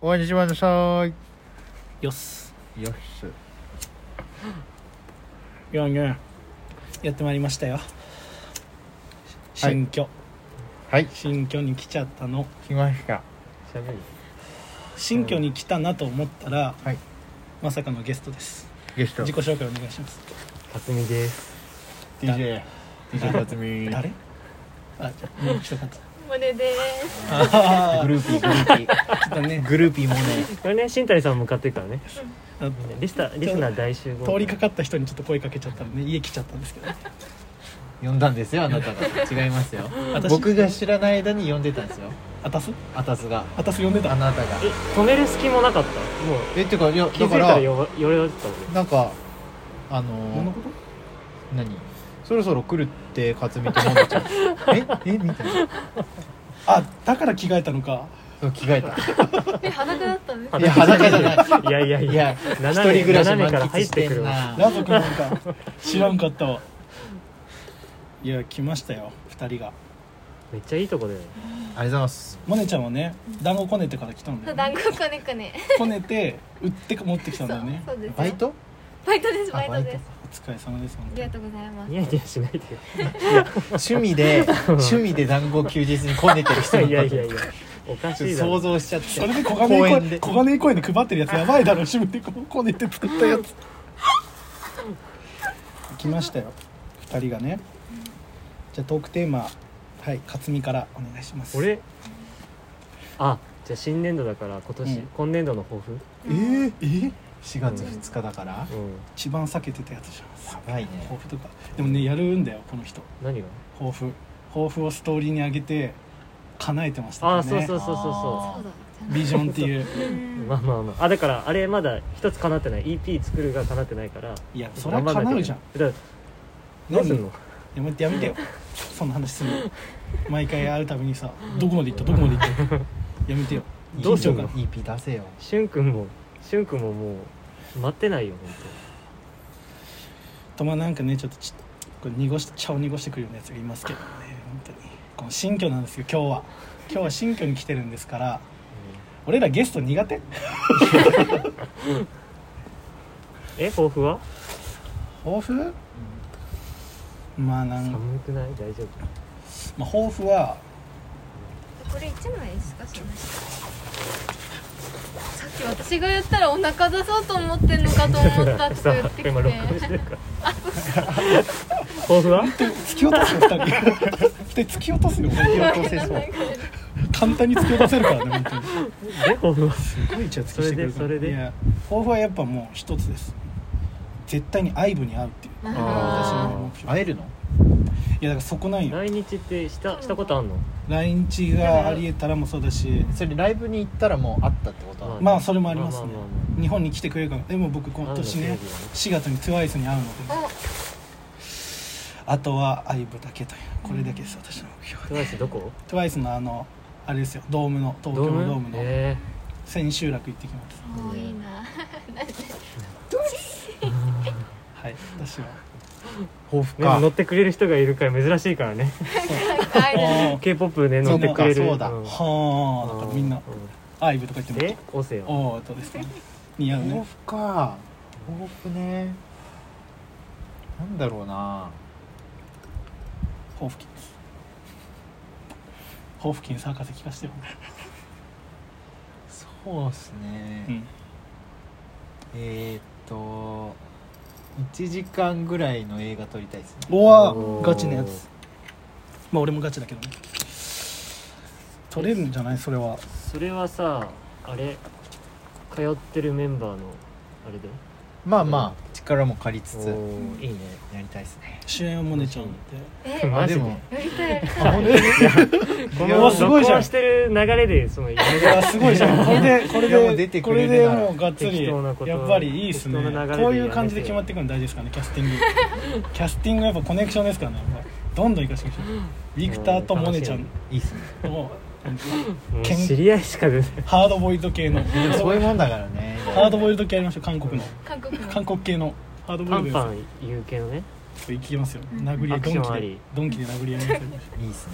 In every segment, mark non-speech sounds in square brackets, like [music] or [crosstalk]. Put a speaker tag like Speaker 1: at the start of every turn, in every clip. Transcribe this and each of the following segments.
Speaker 1: 終わりにしましょうよ
Speaker 2: よっす
Speaker 1: っし
Speaker 2: よんよんやってまいりましたよ
Speaker 1: はい
Speaker 2: 新居、
Speaker 1: はい
Speaker 2: 新居に来ちゃったの
Speaker 1: 来ましたしゃべり
Speaker 2: 新居に来たなと思ったら、
Speaker 1: はい
Speaker 2: まさかのゲストです
Speaker 1: ゲスト
Speaker 2: 自己紹介お願いします
Speaker 3: 辰巳です。
Speaker 1: DJDJ 辰巳
Speaker 2: 誰あじゃあもう一方
Speaker 4: モネです。
Speaker 2: あ
Speaker 1: グ
Speaker 2: ー
Speaker 1: ルーピーグルーピー
Speaker 2: ちょっとね
Speaker 1: グルーピーもね
Speaker 3: これね、新谷さん向かってるからね。
Speaker 2: あ
Speaker 3: リスタ、リスナー大集合。
Speaker 2: 通りかかった人にちょっと声かけちゃったんで家来ちゃったんですけど
Speaker 1: 呼んだんですよあなた
Speaker 3: [laughs]
Speaker 1: が違いますよ
Speaker 2: 私
Speaker 1: 僕が知らない間に呼んでたんですよ
Speaker 2: あたす
Speaker 1: あたすが
Speaker 2: あたす呼んでた
Speaker 1: あ
Speaker 2: あ
Speaker 1: なたが
Speaker 3: え、止める隙もなかった。もう。
Speaker 1: えってかいや
Speaker 3: 気づ
Speaker 1: だ
Speaker 3: い
Speaker 1: か
Speaker 3: たら
Speaker 1: ら
Speaker 3: よわ、よれよってたもんね。
Speaker 1: なんかあ
Speaker 2: 何の
Speaker 1: の
Speaker 2: こと
Speaker 1: 何そろそろ来るって克巳とモ
Speaker 3: [laughs]
Speaker 1: ネちゃんええみたいな
Speaker 2: あだから着替えたのか
Speaker 1: そう着替えた
Speaker 3: [laughs]
Speaker 4: え、裸だったんです
Speaker 1: いや裸じゃない
Speaker 3: いやいやい
Speaker 1: い
Speaker 3: や。
Speaker 1: や一人
Speaker 3: 斜め
Speaker 1: 暮らし
Speaker 3: 斜めから
Speaker 1: 満
Speaker 3: 入
Speaker 1: 喫
Speaker 3: っ
Speaker 1: してて
Speaker 3: くる
Speaker 1: ん
Speaker 3: わ
Speaker 1: な
Speaker 2: ラゾ君なんか知らんかったわいや来ましたよ2人が
Speaker 3: めっちゃいいとこだよね。
Speaker 1: ありがとうございます
Speaker 2: モネちゃんはね団子こねてから来たんだよ、
Speaker 4: 団
Speaker 2: ね、
Speaker 4: 子こねこね。
Speaker 2: こねて売って持ってきたんだよね
Speaker 4: そうです。
Speaker 1: バイ。ト
Speaker 4: バイトです。
Speaker 1: あ
Speaker 4: バイトです。
Speaker 2: お疲れ様です本
Speaker 4: あ
Speaker 2: 当に
Speaker 4: りがとうございます。
Speaker 3: ニヤニヤしないでよ。
Speaker 1: 趣味で趣味で団子を休日にこねてる人だった
Speaker 3: いやいやいや。おかしいだ
Speaker 1: 想
Speaker 3: ろ。
Speaker 1: 像しちゃって
Speaker 2: それで小
Speaker 1: 公
Speaker 2: 金井
Speaker 1: 園
Speaker 2: 公
Speaker 1: で
Speaker 2: 小金井公園で配ってるやつやばいだろ趣味でここねて作ったやつ来ましたよ2人がねじゃあトークテーマはい克巳からお願いします
Speaker 3: 俺。あ、じゃあ新年度だから、今
Speaker 2: う
Speaker 3: 年
Speaker 2: ん、
Speaker 3: 今年度の抱負。
Speaker 1: えー、えー、4月2日だから、
Speaker 3: うん。
Speaker 2: 一番避けてたやつじゃ
Speaker 1: や
Speaker 2: ん
Speaker 1: ばいね
Speaker 2: 抱負とかでもねやるんだよこの人
Speaker 3: 何が。
Speaker 2: 抱負抱負をストーリーに上げて叶えてましたから
Speaker 3: あ、
Speaker 2: ね
Speaker 3: そうそうそうそう
Speaker 4: そ
Speaker 3: そう
Speaker 4: だ。
Speaker 2: ビジョンっていう
Speaker 3: う。まあまあまあ。あ、だから、あれ、まだ一つ叶ってない。EP 作るが叶ってないから。
Speaker 2: いやそれは叶うじゃん
Speaker 3: だからどうすんの
Speaker 2: やめてやめ
Speaker 3: [laughs]
Speaker 2: てよそんな話するの毎回会うたびにさどこまで行ったどこまで行
Speaker 3: [laughs]
Speaker 2: ったやめてよ
Speaker 3: どうしようか
Speaker 1: いいじゃん EP 出せよ
Speaker 3: しゅんくんもしゅんくんももう待ってないよ本
Speaker 2: とまあなんかねちょっとちこれ濁して茶を濁してくるようなやつがいますけどね本当にこの新居なんですよ今日は今日は新居に来てるんですから俺らゲスト苦手
Speaker 3: 当え抱負は
Speaker 2: 抱負まあなんか、
Speaker 3: 寒くない大丈夫
Speaker 2: まあ、抱負は
Speaker 4: これ一枚しかしました。さっき私が言ったらお腹出そうと思ってんのかと思ったって言ってきて。 [laughs]
Speaker 3: 今録音してるから抱負は
Speaker 2: 突き落とすよ2人
Speaker 3: [laughs]
Speaker 2: 二人突き落とすよ本当に
Speaker 1: 落とせ [laughs] そう
Speaker 2: 簡単に突き落とせるからね本当に
Speaker 3: え抱負は
Speaker 2: すごいイチャつきしてくるから
Speaker 3: それでそれで
Speaker 2: いや抱負はやっぱもう一つです絶対に愛部に会うっていう
Speaker 4: あー
Speaker 2: 私の目標い
Speaker 1: 会えるの
Speaker 2: やだからそこなんよ
Speaker 3: 来日ってしたしたことあんの
Speaker 2: 来日がありえたらもそうだし
Speaker 1: それライブに行ったらもう会ったってこと
Speaker 3: ま
Speaker 1: は
Speaker 3: あ
Speaker 2: まあそれもありますね
Speaker 3: まあまあ
Speaker 2: 日本に来てくれるかもでも僕今年
Speaker 3: 会うの
Speaker 2: ね
Speaker 3: 正義だね
Speaker 2: 4月に TWICE に会うので
Speaker 4: お
Speaker 2: あとは愛部だけというこれだけです私の目標
Speaker 3: トライスどこ
Speaker 2: TWICE のあのあれですよドームの
Speaker 3: ド
Speaker 2: 東京のドームの
Speaker 3: え
Speaker 2: 千秋楽行ってきます
Speaker 4: もういいな。
Speaker 2: はい私は
Speaker 1: 抱負
Speaker 3: えでも
Speaker 1: か
Speaker 3: 乗ってくれる人がいるから珍しいからね
Speaker 4: なんかアイドル
Speaker 3: k p o p ね乗ってくれる
Speaker 1: そうかそうだ
Speaker 3: ん
Speaker 2: はあだからみんな
Speaker 3: う
Speaker 2: 愛部とか言っ
Speaker 3: ん
Speaker 2: て
Speaker 3: え
Speaker 2: も
Speaker 3: オセよ
Speaker 2: おおどうですかね似合う
Speaker 1: 抱
Speaker 2: ね
Speaker 1: 負か抱負ねなんだろうな
Speaker 2: 抱負金抱負金博士聞かせてよ、
Speaker 1: そうっすね、
Speaker 2: うん、
Speaker 1: えー、っと1時間ぐらいの映画撮りたいですね
Speaker 2: おわ
Speaker 3: おー
Speaker 2: ガチのやつまあ俺もガチだけどね取れるんじゃないそれは
Speaker 3: それはさあれ通ってるメンバーのあれだよ
Speaker 1: まあまあ力も借りつつ
Speaker 3: おーいいね
Speaker 1: やりたいですね
Speaker 2: 主演はモネちゃんって
Speaker 4: え、
Speaker 3: マ
Speaker 1: あ
Speaker 3: ジ
Speaker 1: で [laughs]
Speaker 3: で
Speaker 1: も
Speaker 4: やりたいやりたい。
Speaker 1: あ本当に
Speaker 3: こ
Speaker 2: う
Speaker 3: の
Speaker 2: わす [laughs] ごいじゃん
Speaker 3: 録音してる流れでそのやめ
Speaker 2: いやすごいじゃんこれでこれ
Speaker 1: いやもう
Speaker 2: で
Speaker 1: 出て
Speaker 2: こ
Speaker 1: く
Speaker 2: れ
Speaker 1: れ
Speaker 2: で
Speaker 1: るなら
Speaker 2: もうがっつり
Speaker 3: 適当なこと
Speaker 2: やっぱりいいっすね
Speaker 3: 適当な流れで
Speaker 2: こういう感じで決まっていくの大事ですからねキャスティングキャスティングはやっぱコネクションですからねやっぱどんどん生かしていきましょうビクターとモネちゃん
Speaker 1: いいっすね
Speaker 2: の
Speaker 3: もう
Speaker 2: けん
Speaker 3: 知り合いしか出ない
Speaker 2: ハードボイルド系の
Speaker 1: でもそういうもんだからね
Speaker 2: ハードボイルド系やりましょう韓国の
Speaker 4: 韓国の。
Speaker 2: 韓国系のハードボイ
Speaker 3: パ
Speaker 2: ルド
Speaker 3: ン
Speaker 2: です
Speaker 3: パン言う系のね
Speaker 2: そういきますよ
Speaker 4: うん
Speaker 2: 殴り合
Speaker 3: ア
Speaker 2: い
Speaker 3: ク
Speaker 2: ドン
Speaker 3: ション
Speaker 2: キ
Speaker 3: あ
Speaker 2: で
Speaker 3: り
Speaker 2: ドンキで殴り合いみたいなや
Speaker 1: いいですね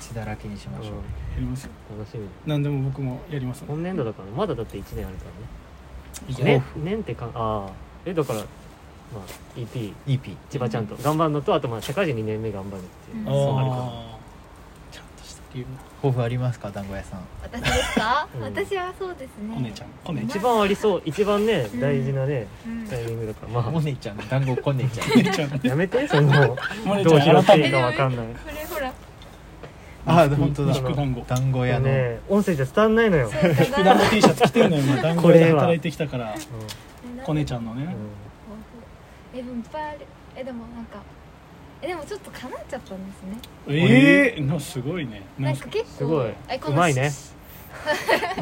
Speaker 1: 血だらけにしましょう、
Speaker 2: りますよ
Speaker 3: 楽しみ
Speaker 2: 何でも僕もやりますの
Speaker 3: 今年度だからまだだって1年あるか
Speaker 2: い
Speaker 3: らねね年ってかああえだからまあ EP
Speaker 1: いい EP
Speaker 3: 千葉ちゃんと頑張るのとあとまあ社会人2年目頑張るっていう
Speaker 2: あ
Speaker 3: そうなるか
Speaker 2: あちゃんとした理由
Speaker 1: 抱負ありますか団子屋さん
Speaker 4: 私ですか、
Speaker 3: うん
Speaker 4: 私はそうですね
Speaker 2: コネちゃんコ
Speaker 3: ら
Speaker 2: ネち
Speaker 3: 一番ありそう一番ね
Speaker 4: うん
Speaker 3: 大事なね
Speaker 4: うん
Speaker 3: タイミングだからま
Speaker 1: モ
Speaker 3: あ
Speaker 1: ネちゃん団子こねちゃん
Speaker 2: ゃんコネちゃんね
Speaker 3: やめてその
Speaker 2: コネち
Speaker 3: どう拾
Speaker 2: ゃん
Speaker 3: ってい
Speaker 2: 改
Speaker 3: い
Speaker 2: め
Speaker 3: かわかんない
Speaker 4: これほら
Speaker 1: ああ本当だ
Speaker 2: 肉団子
Speaker 1: 団子屋の、
Speaker 3: ね音声じゃ伝わんないのよ
Speaker 4: そうか
Speaker 2: 肉
Speaker 4: な
Speaker 2: 団子 T シャツ着てんのよ今団子
Speaker 3: これ
Speaker 2: で
Speaker 3: は
Speaker 2: 働いてきたからコネちゃんの
Speaker 3: う
Speaker 2: ね
Speaker 3: んうん
Speaker 4: えでもいっぱいあるえでもなんかえでもちょっと叶っちゃったんですね
Speaker 2: ええなすごいね
Speaker 4: な
Speaker 2: なんん
Speaker 4: か
Speaker 2: か
Speaker 4: 結構
Speaker 3: すごい
Speaker 4: えこの
Speaker 3: うまいね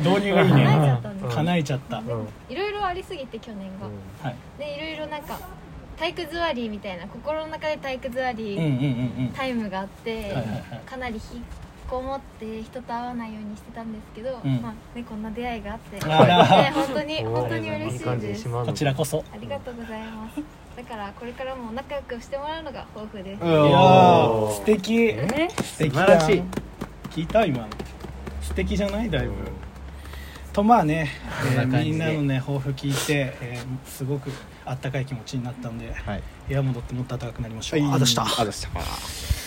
Speaker 2: 導入がいい
Speaker 4: 叶え
Speaker 2: ね
Speaker 4: ちゃったんです、
Speaker 3: うん
Speaker 2: 叶えちゃった
Speaker 3: うん
Speaker 4: いろいろありすぎて去年が、
Speaker 2: はい
Speaker 4: でいろいろなんか体育座りみたいな心の中で体育座り、
Speaker 2: うんうんうん
Speaker 4: タイムがあって、
Speaker 2: はいはいはい
Speaker 4: かなり引っこもって人と会わないようにしてたんですけど、
Speaker 2: うん
Speaker 4: まあね、こんな出会いがあって、ね、
Speaker 2: あら
Speaker 4: 本当に
Speaker 3: うん
Speaker 4: 本当に嬉
Speaker 3: いい
Speaker 4: し
Speaker 3: 感
Speaker 4: い
Speaker 3: じ
Speaker 4: で
Speaker 3: に
Speaker 4: す
Speaker 3: しまう
Speaker 2: こ
Speaker 3: の
Speaker 2: ちらこそ
Speaker 4: ありがとうございますだからこれからも仲良くしてもらうのが抱負です
Speaker 1: う
Speaker 2: いや
Speaker 1: ん
Speaker 2: ー素敵
Speaker 3: え
Speaker 2: 素敵
Speaker 1: 素晴らしい
Speaker 2: 聞いた今の素敵じゃないだいぶとまあね、え
Speaker 1: こ
Speaker 2: ー
Speaker 1: んな感じ
Speaker 2: み
Speaker 1: で
Speaker 2: んなのね抱負聞いて、えーすごくあったかい気持ちになったんで
Speaker 1: はい
Speaker 2: 部屋戻ってもっと暖かくなりましょう、
Speaker 1: はい
Speaker 2: あだした
Speaker 1: あざした